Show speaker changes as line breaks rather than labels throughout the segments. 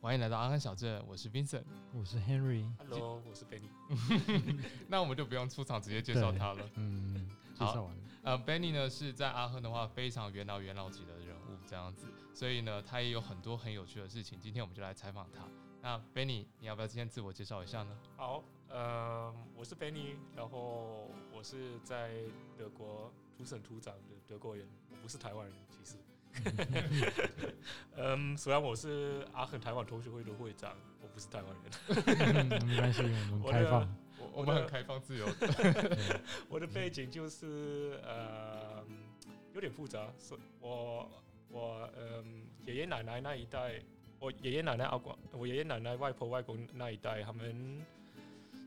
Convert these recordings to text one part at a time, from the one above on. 欢迎来到安安小镇，我是 Vincent。
我是 Henry，
Hello，我是 Benny。
那我们就不用出场，直接介绍他了。
嗯，介
好
绍完了，
呃，Benny 呢是在阿亨的话非常元老元老级的人物这样子，所以呢他也有很多很有趣的事情。今天我们就来采访他。那 Benny，你要不要先自我介绍一下呢？
好，呃，我是 Benny，然后我是在德国土生土长的德国人，我不是台湾人，其实。 嗯，虽然我是阿肯台湾同学会的会长，我不是台湾人。
嗯没关系，我们
我
开
的
放，
我
我
我们很
的
开放 自由。
我的背景就是呃有点复杂，是我我嗯爷爷奶奶那一代，我爷爷奶奶阿公，我爷爷奶奶外婆外公那一代，他们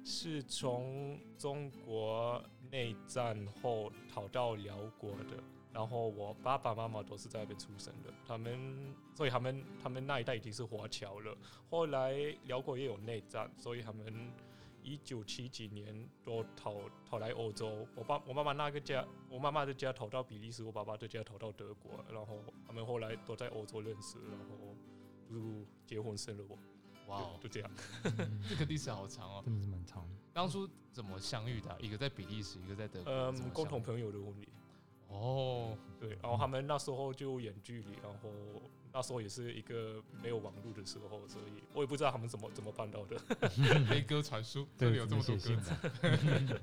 是从中国内战后逃到辽国的。然后我爸爸妈妈都是在那边出生的，他们所以他们他们那一代已经是华侨了。后来辽国也有内战，所以他们一九七几年都逃逃来欧洲。我爸我妈妈那个家，我妈妈的家逃到比利时，我爸爸的家逃到德国，然后他们后来都在欧洲认识，然后就结婚生了我，
哇哦，
就就这样。
嗯
这个历史好长哦。
真的是蛮长的，
当初怎么相遇的啊、一个在比利时，一个在德国。怎么
嗯，
相
共同
遇
朋友的婚礼，
哦，
对，然后他们那时候就远距离，然后那时候也是一个没有网络的时候，所以我也不知道他们怎么怎么办到的。
飞鸽传书，这里
对，
有这
只能
么多
写
鸽
信
子。
的，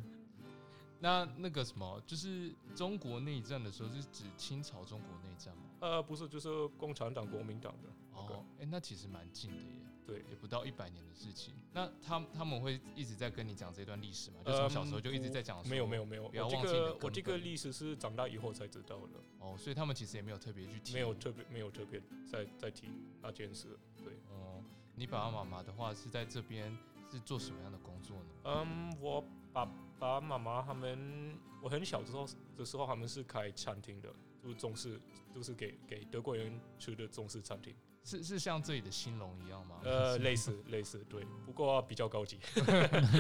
那那个什么，就是中国内战的时候，是指清朝中国内战吗？
呃，不是，就是共产党、国民党的，
哦，哎、那其实蛮近的耶，
对。
也不到一百年的事情。那他他们会一直在跟你讲这段历史吗？
嗯
就从小时候就一直在讲、
呃没有没有。没有，
不要
我这
忘记你的
个
根
我这个
本
历史是长大以后才知道的。
哦，所以他们其实也没有特别去提。
没有。特别没有特别在在提那件事。对，
哦，你爸爸妈妈的话是在这边是做什么样的工作呢？
嗯，我爸爸妈妈他们，我很小的时候的时候，他们是开餐厅的，就是中式，就是给给德国人吃的中式餐厅，
是是像这里的兴隆一样吗？
呃，类似类似，对，不过比较高级，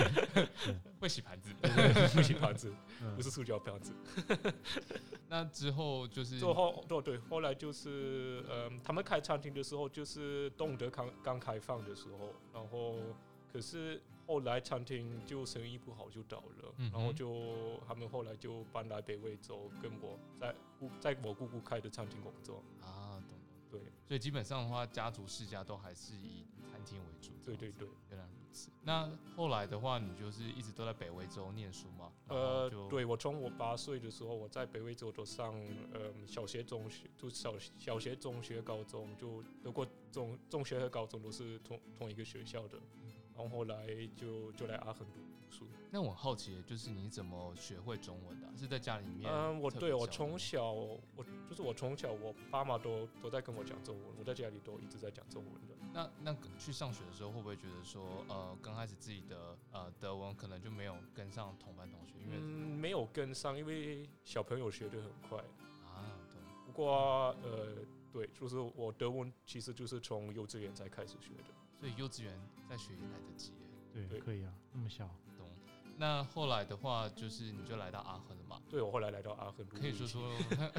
会洗盘子。
不是盘子，
嗯
不是塑胶盘子。
那之后就是
最后，哦对对，后来就是，嗯，他们开餐厅的时候，就是东德刚刚开放的时候，然后可是后来餐厅就生意不好就倒了，
嗯哼
然后就他们后来就搬来北魏州，跟我在姑在我姑姑开的餐厅工作，
啊，懂懂。
对
所以基本上的话，家族世家都还是以餐厅为主。
对对对，
原来如此。那后来的话，你就是一直都在北威州念书吗？
呃，
然后就，
对我从我八岁的时候，我在北魏州都上嗯小学、中学，就小小学、中学、高中，就德国中中学和高中都是同同一个学校的，
嗯
然后后来就就来阿肯读书。
那我很好奇，就是你怎么学会中文的啊、是在家里面？
嗯，我
特别
对我
教的
从
吗
小我就是我从小我爸妈都都在跟我讲中文，我在家里都一直在讲中文的。
那那个去上学的时候，会不会觉得说，呃，刚开始自己的呃德文可能就没有跟上同班同学，因为、
嗯，没有跟上，因为小朋友学得很快。
啊，懂
不过呃，对，就是我德文其实就是从幼稚园才开始学的。
所以幼稚园再学也来得及耶。
对，
对
可以啊，那么小，
懂。那后来的话，就是你就来到阿亨了嘛？
对，我后来来到阿亨读。
可以说，说，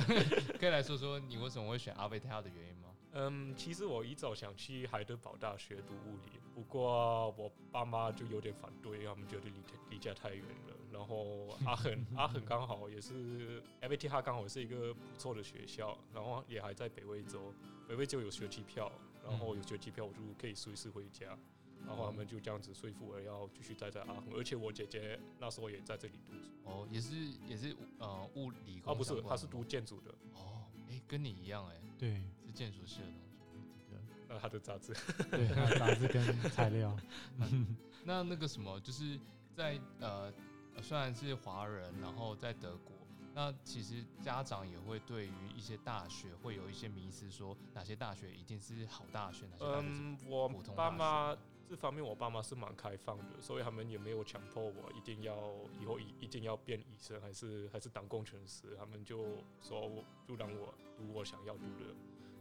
可以来说说你为什么会选阿贝泰亚的原因吗？
嗯，其实我一早想去海德堡大学读物理，不过我爸妈就有点反对，他们觉得离太离家太远了。然后 阿恒阿恒刚好也是 FATH 刚好也是一个不错的学校，然后也还在北威州，北威州有学机票，然
嗯
后有学机票我就可以随时回家。然后他们就这样子说服我要继续待在阿恒，而且我姐姐那时候也在这里读书，
哦，也是也是呃物理工
啊不
相
是，
关
她是
的
读
吗
建筑的，
哦，哎、跟你一样哎、
对，
是建筑系的东西。
那呃她的杂志。
对，还有杂志跟材料，
那那个什么，就是在呃，呃虽然是华人，然后在德国，那其实家长也会对于一些大学会有一些迷思，说哪些大学一定是好大学，哪些大学是、
嗯，我
普通
爸
大
妈
学
这方面，我爸妈是蛮开放的，所以他们也没有强迫我一定要以后一一定要变医生，还是呃还是当工程师。他们就说我就让我读我想要读的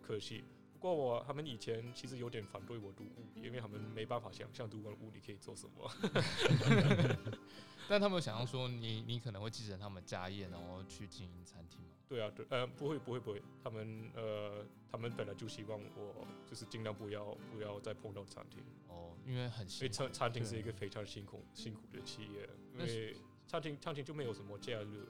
科系。不过我他们以前其实有点反对我读物理，因为他们没办法想象读完物理可以做什 么。
但他们有想象说你你可能会继承他们家业，然后去经营餐厅吗？
对啊，对，呃，不会，不会，不会，他们呃，他们本来就希望我就是尽量不要不要再碰到餐厅，
哦，因为很
因
辛
为
苦
餐餐厅是一个非常辛苦辛苦的企业，因
那是
为餐厅餐厅就没有什么假日，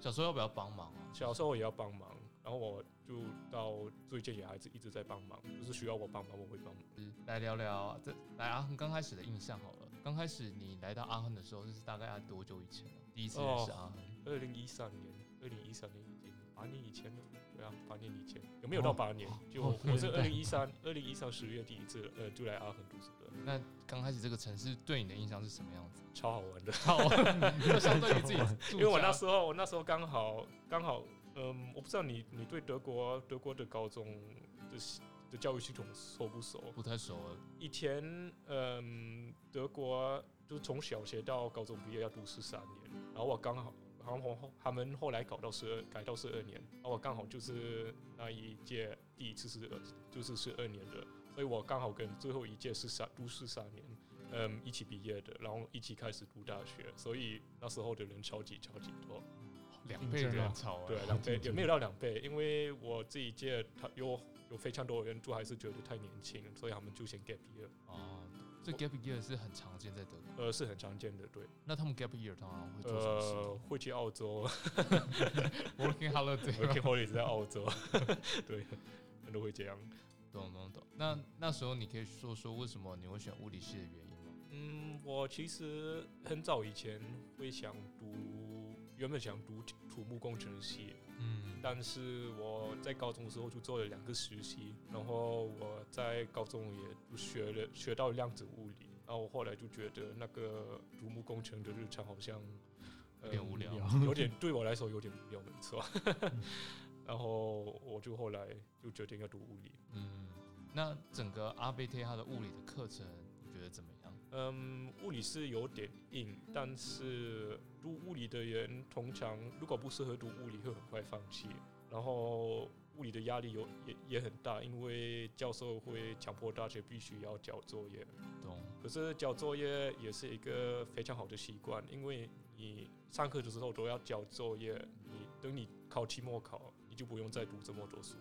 小时候要不要帮忙啊？
小时候也要帮忙，然后我就到最近也还是一直在帮忙，就是需要我帮忙我会帮忙。
就是来聊聊这来阿亨刚开始的印象好了。刚开始你来到阿亨的时候，这是大概多久以前呢？第一次认识阿亨，
二零一三年，二零一三年已经八年以前了，对啊，八年以前有没有到八年？就
哦
我
对
是二
对
零一三，二零一三十月第一次呃就来阿恒读书的，
那刚开始这个城市对你的印象是什么样子？
超好玩的。
好，就相对于自己住家，
因为我那时候我那时候刚好刚好，嗯，我不知道你你对德国德国的高中的系的教育系统熟不熟？
不太熟了，
以前嗯，德国就从小学到高中毕业要读十三年，然后我刚好。然后后他们后来搞到十二，改到十二年，然后我刚好就是那一届第一次是二，就是十二年的，所以我刚好跟最后一届是三读十三年，嗯，一起毕业的，然后一起开始读大学，所以那时候的人超级超级多，
两倍的
竞争
人
啊
潮啊，
对，两倍
竞争
也没有到两倍，因为我这一届他有有非常多人就还是觉得太年轻，所以他们就先 gap year，
哦，这 gap year 是很常见在德国。
呃，是很常见的，对，
那他们 gap year 通常会做什么事
呃，会去澳洲 呃
？Working holiday 吗
，working holiday 在澳洲， 对，很多会这样。
懂懂懂。那那时候你可以说说为什么你会选物理系的原因吗？
嗯，我其实很早以前会想读，原本想读土木工程系，
嗯，
但是我在高中的时候就做了两个实习，然后我在高中也就学了学到量子物理，然后我后来就觉得那个土木工程的日常好像、呃
有点无聊
聊，
有点对我来说有点无聊，没错。然后我就后来就决定要读物理。
嗯，那整个阿贝特他的物理的课程，你觉得怎么样？
嗯，物理是有点硬，但是读物理的人通常如果不适合读物理，会很快放弃。然后物理的压力有也也很大，因为教授会强迫大家必须要交作业。
懂？
可是交作业也是一个非常好的习惯，因为你上课的时候都要交作业，你等你考期末考，你就不用再读这么多书了。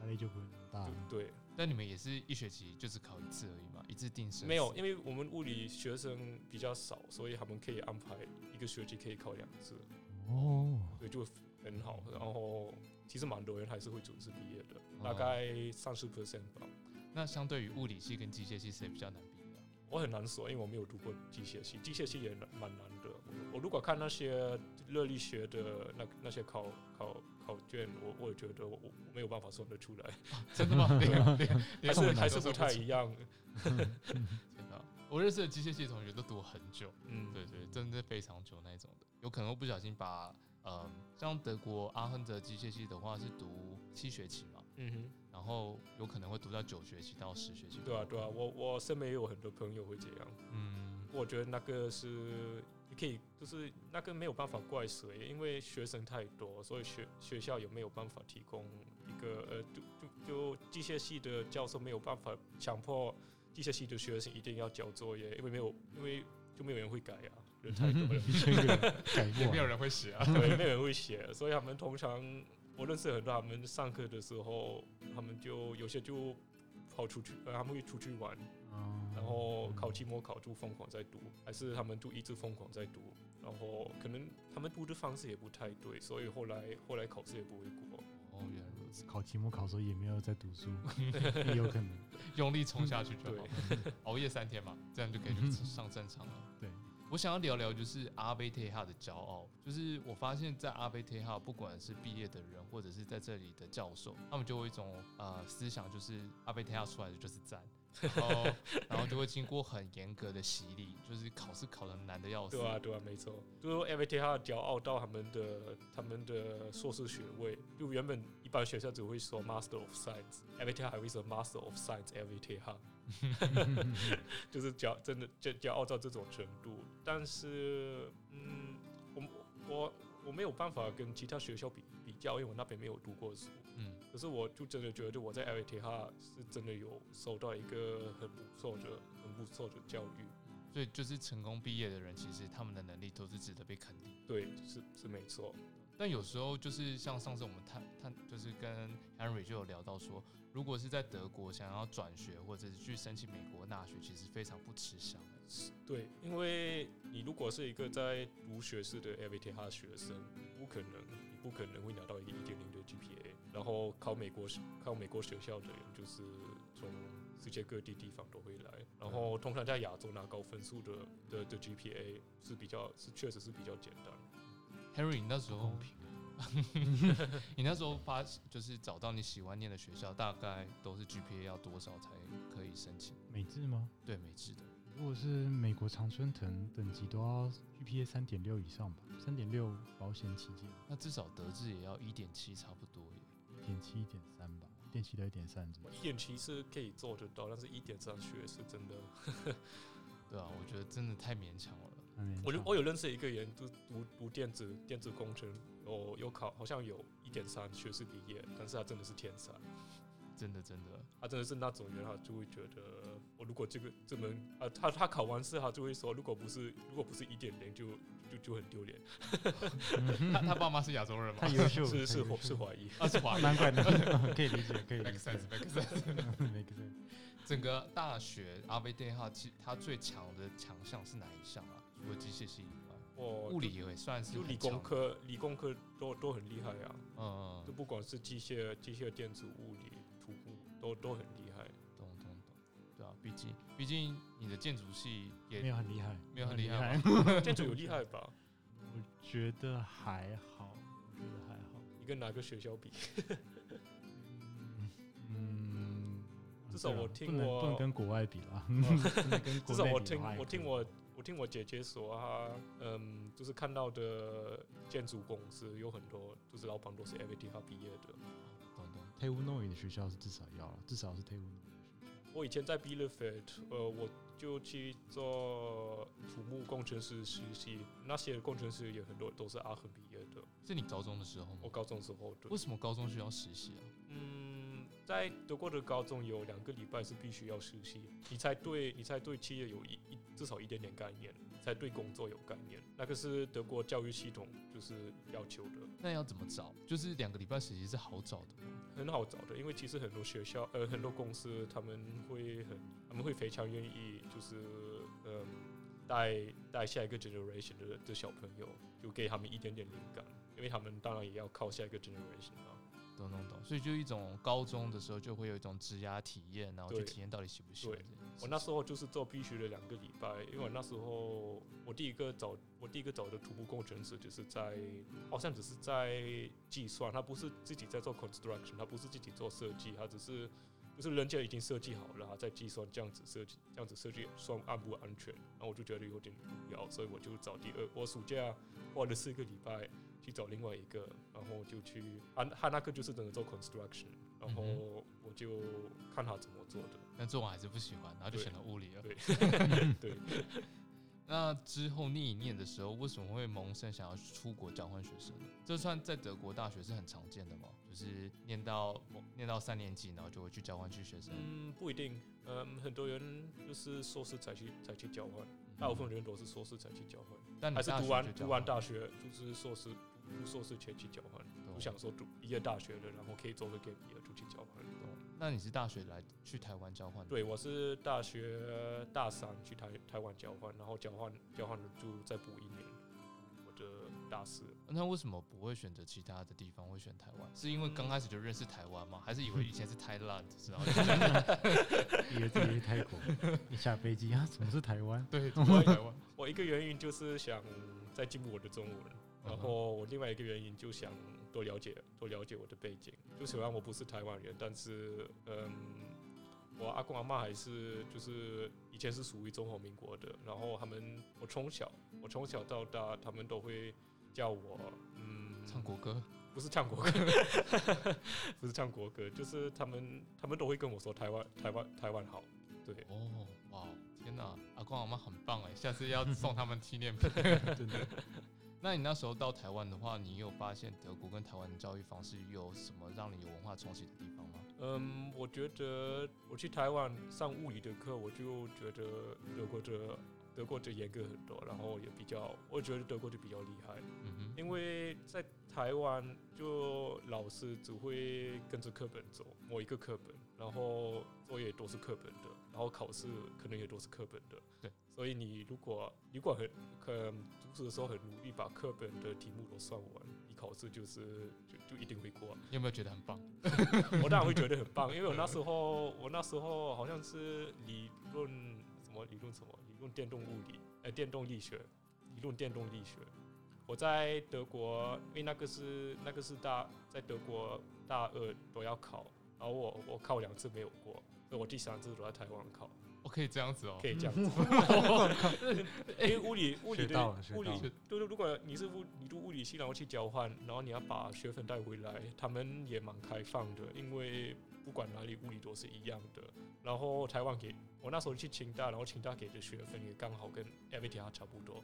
压力就不会那么大了。
对，
但你们也是一学期就只考一次而已嘛，一次定生
没有，
死
因为我们物理学生比较少，所以他们可以安排一个学期可以考两次。
哦，
对，就很好。然后其实蛮多人还是会准时毕业的，
哦
大概三十 percent 吧。
那相对于物理系跟机械系，谁比较难毕业啊？
我很难说，因为我没有读过机械系，机械系也难蛮难的。我我如果看那些热力学的那那些考考考卷，我我也觉得我我没有办法算得出来，
真 的吗？连连
还
连
是
我
还
们都
是不
算
太
出
一样。
真的啊，我认识的机械系同学都读很久，
嗯，
对对，真的非常久那一种的，有可能会不小心把，呃，像德国阿亨德机械系的话是读七学期嘛，
嗯哼。
然后有可能会读到九学期到十学期，
对啊，对啊，我我身边也有很多朋友会这样，
嗯，
我觉得那个是你可以，就是那个没有办法怪谁，因为学生太多，所以学学校也没有办法提供一个呃，就就就机械系的教授没有办法强迫机械系的学生一定要交作业，因为没有，因为就没有人会改啊，人太多了
，一千个改
也
过
没有
来，
人会写啊。
对，没有人会写，所以他们通常我认识很多，他们上课的时候，他们就有些就跑出去，呃，他们会出去玩，
嗯
然后考期末考就疯狂在读，还是他们就一直疯狂在读，然后可能他们读的方式也不太对，所以后来后来考试也不会过。
哦，原来如此，
考期末考的时候也没有在读书，也有可能。
用力冲下去就
对
好，， 熬夜三天嘛，这样就可以去上战场了。
对，
我想要聊聊就是阿贝特哈的骄傲，就是我发现，在阿贝特哈，不管是毕业的人，或者是在这里的教授，他们就有一种呃思想，就是阿贝特哈出来的就是 赞，然后然后就会经过很严格的洗礼，就是考试考的难的要死
对。啊，对啊，没错，就是 MIT 骄傲到他们的他们的硕士学位，就原本一般学校只会说 Master of Science，MIT 还会说 Master of Science，MIT 哈， 就是骄真的骄骄傲到这种程度。但是，嗯，我我我没有办法跟其他学校比比较，因为我那边没有读过书。
嗯，
可是我就真的觉得我在 LATH 是真的有受到一个很不错的、很不错的教育。
所以就是成功毕业的人，其实他们的能力都是值得被肯定。
对，是是没错。
但有时候就是像上次我们探探，就是跟 Henry 就有聊到说，如果是在德国想要转学或者是去申请美国大学，其实非常不吃香的。
对，因为你如果是一个在读学士的 LATH 学生，你不可能，你不可能会拿到一个一点零的 GPA，然后考美国考美国学校的人就是从世界各地地方都会来，然后通常在亚洲拿高分数的的的 GPA 是比较是确实是比较简单。
Henry，你那时候
公平啊。
你那时候发就是找到你喜欢念的学校，大概都是 GPA 要多少才可以申请？
美制吗？
对，美制的。
如果是美国常春藤等级都要 GPA 三点六以上吧，三点六保险起见，
那至少德智也要一点七差不多耶。
一点七、一点三吧，一点七到一点三之间。
一点七是可以做得到，但是一点三学是真的。
对啊，我觉得真的太勉强了。
还没
我就
到
我有认识一个人，读读读电子电子工程，我有考，好像有一点三学士毕业，但是他真的是天才，
真的真的，
他真的是那种人，他就会觉得我如果这个这门啊，他他考完试他就会说，如果不是如果不是一点零就就就很丢脸，
他他爸妈是亚洲人 吗
太？优秀了，
是
太
是
优秀
怀
了
是怀疑，
二十华裔
难怪呢， 可以理解，可以 理
，make
解
sense，make sense。
，make sense。
整个大学阿贝电哈，其实它最强的强项是哪一项啊？除了机械系以外，
哦，
物理也算是
就就
很
理工
强，
科理工科都都很厉害啊，
嗯，
就不管是机械机械电子物理土木都都很厉害。
嗯 懂懂懂，对啊，毕竟毕竟你的建筑系
没
也
有很厉害，
没有很厉害，
建筑有厉害吧？
我觉得还好，我觉得还好。
你跟哪个学校比？
嗯嗯，
至少
对啦
我听
不能
我
不能跟国外比 啦，不能跟
至
国
少
内
我
比
听
的话也
我
可
听
以
我我听我姐姐说，她嗯，就是看到的建筑公司有很多，就是老板都是 LVTH 毕业的。
懂懂。
t e u n o 的学校是至少要了，至 少是 t e u n o
我以前在 Bielefeld，呃，我就去做土木工程师实习，那些工程师也很多都是阿恒毕业的。
是你高中的时候
我
吗？
高中时候的
为，什么高中需要实习啊？
嗯，在德国的高中有两个礼拜是必须要实习，你才对你才对企业有一一至少一点点概念，才对工作有概念。那个是德国教育系统就是要求的。
那要怎么找？就是两个礼拜实习是好找的吗？
很好找的，因为其实很多学校呃很多公司他们会很他们会非常愿意就是嗯带带下一个 generation 的的小朋友，就给他们一点点灵感，因为他们当然也要靠下一个 generation 啊。
懂懂懂。所以就一种高中的时候就会有一种职涯体验，然后去
对
体验到底喜不喜欢
对
这件事
我
情。
那时候就是做必须的两个礼拜，因为我那时候我第一个找我第一个找的徒步工程师，就是在好像只是在计算，他不是自己在做 construction，他不是自己做设计，他只是就是人家已经设计好了，他在计算这样子设计，这样子设计算安不安全？然后我就觉得有点无聊，所以我就找第二，我暑假花了四个礼拜去找另外一个，然后就去他他那个就是真的做 construction，然后
嗯
我就看他怎么做的。
但做完还是不喜欢，然后就
对
选了物理了。
对对，
那之后你念的时候，为什么会萌生想要出国交换学生呢？这算在德国大学是很常见的吗？就是念到念到三年级，然后就会去交换去学生。
嗯，不一定。嗯，很多人就是硕士才去才去交换，大部分人都是硕士才去交换，
但你
还
嗯
是
大学
读完
就交
读完
换
大学就是硕士读硕士前去交换，
懂
不想说读毕业大学了，然后可以做个 gap year 就去交换。
懂哦那你是大学来去台湾交换的？
对，我是大学大三去台台湾交换，然后交换交换了就再补一年我的大四。
那为什么不会选择其他的地方，会选台湾？是因为刚开始就认识台湾吗？还是以为以前是 Thailand，然后就觉得
以为自己是泰国，一下飞机啊，怎么是台 湾？
对，怎么会台湾？
我一个原因就是想再进步我的中文，
嗯
然后我另外一个原因就想多了解多了解我的背景。就虽然我不是台湾人，但是嗯，我阿公阿妈还是就是以前是属于中华民国的。然后他们，我从小我从小到大，他们都会叫我嗯，
唱国歌，
不是唱国歌， 不是唱国歌，就是他们他们都会跟我说台湾台湾台湾好，对。
哦，欸 哇，天哪，阿公阿妈很棒哎，下次要送他们纪念品。
真的，
那你那时候到台湾的话，你有发现德国跟台湾的教育方式有什么让你有文化冲击的地方吗？
嗯，我觉得我去台湾上物理的课，我就觉得德国的德国的严格很多，然后也比较，我觉得德国的比较厉害，
嗯哼，
因为在台湾就老师只会跟着课本走，某一个课本，然后作业都是课本的，然后考试可能也都是课本的，
对，
所以你如果如果很可读书的时候很努力把课本呃的题目都算完，你考试就是就就一定会过。啊
你有没有觉得很棒？
我当然会觉得很棒，因为我那时候我那时候好像是理论什么理论什么理论电动物理，呃，电动力学，理论电动力学。我在德国，因为那个是那个是大在德国大二都要考，然后我我考两次没有过，所以我第三次都在台湾考，
我可以这样子哦、
可以这样子。 因为物理物理
学到
的
了学
物理
到了，
就是如果你是
嗯
物你读物理系，然后去交换，然后你要把学分带回来，他们也蛮开放的，因为不管哪里物理都是一样的。然后台湾给我那时候去清大，然后清大给的学分也刚好跟 MIT 差不多，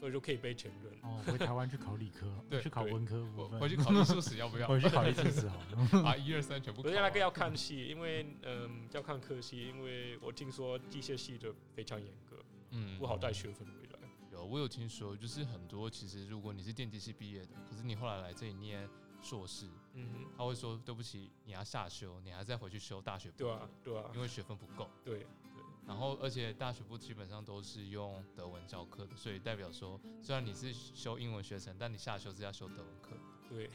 所以就可以被承认。
哦，回台湾去考理科，
对
去考文科
我
部分，
回去考艺术史要 不要？
回去考一次试好了。
把一二三全部考
不是
完。
那个要看系，因为嗯要看科系，因为我听说机械系的非常严格，
嗯
不好带学分回来。
有，我有听说，就是很多其实如果你是电机系毕业的，可是你后来来这里念硕士，
嗯哼，
他会说对不起，你要下修，你还再回去修大学部，
对啊，对啊，
因为学分不够。
对。
然后而且大学部基本上都是用德文教课的，所以代表说虽然你是修英文学程，但你下修是要修德文课，
对，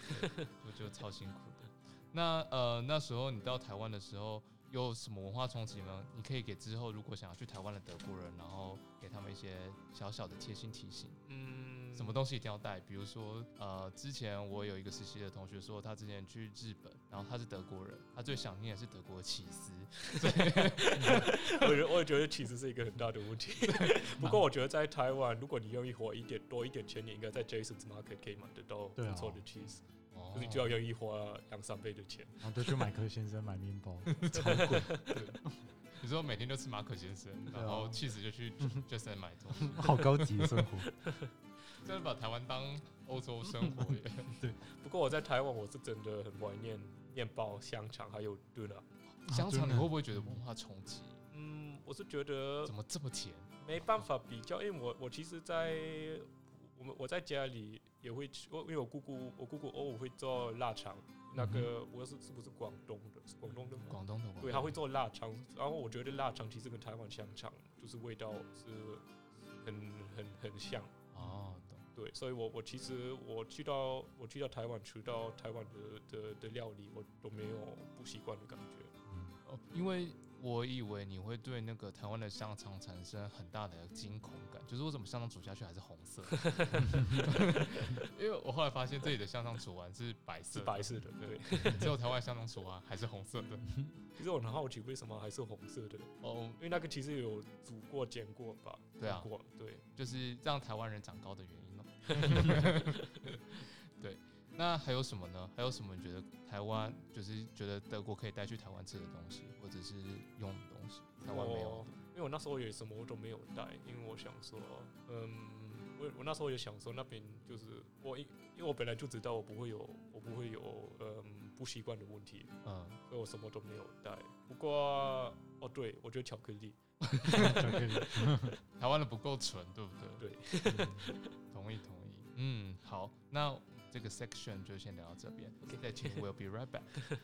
就就超辛苦的。那呃那时候你到台湾的时候。有什么文化冲击吗？你可以给之后如果想要去台湾的德国人，然后给他们一些小小的贴心提醒。
嗯，
什么东西一定要带，比如说，呃，之前我有一个实习的同学说，他之前去日本，然后他是德国人，他最想念的是德国的起司。
我觉得我觉得其实是一个很大的问题。不过我觉得在台湾，如果你愿意花一点多一点钱，你应该在 Jason's Market 可以买得到
对啊
不错的 cheese，、
哦
可是你就要愿意花两三倍的钱。
然后都去买克先生买面包，
你说每天都吃马可先生，
对啊
然后起司就去 Justin 买东西，
好高级的生活。
真的把台湾当欧洲生活耶。
不过我在台湾，我是真的很怀念面包、香肠还有 d o n
香肠
真
你
的
会不会觉得文化冲击？
嗯，我是觉得
怎么这么甜？
没办法比较，因为我我其实在，我们我在家里也会吃，我因为我姑姑我姑姑偶尔会做腊肠，那个我是是不是广东的？是广东的吗？
广东的文化，
对，他会做腊肠，然后我觉得腊肠其实跟台湾香肠就是味道是很很很像，
哦，懂
对，所以我我其实我去到我去到台湾吃到台湾的的的料理，我都没有不习惯的感觉。
哦，因为我以为你会对那个台湾的香肠产生很大的惊恐感，就是为什么香肠煮下去还是红色？ 因为我后来发现这里的香肠煮完是白色
是
的，
白色的，
嗯
对。
只有台湾香肠煮完还是红色的。
其实我很好奇为什么还是红色的，
哦，
因为那个其实有煮过、煎过吧？
对啊
煮过对。
就是让台湾人长高的原因哦。 对，那还有什么呢？还有什么你觉得台湾就是觉得德国可以带去台湾吃的东西，或者是用的东西，台湾没有
我？因为我那时候也什么都没有带，因为我想说，嗯，我我那时候也想说那边就是我因因为我本来就知道我不会有我不会有嗯不习惯的问题，
嗯，
所以我什么都没有带。不过哦，对，我觉得巧克力，
巧克力
台湾的不够纯，对不对？嗯
对，
同意同意。嗯，好，那这个 section 就先聊到这边。
OK
再请 We'll be right back。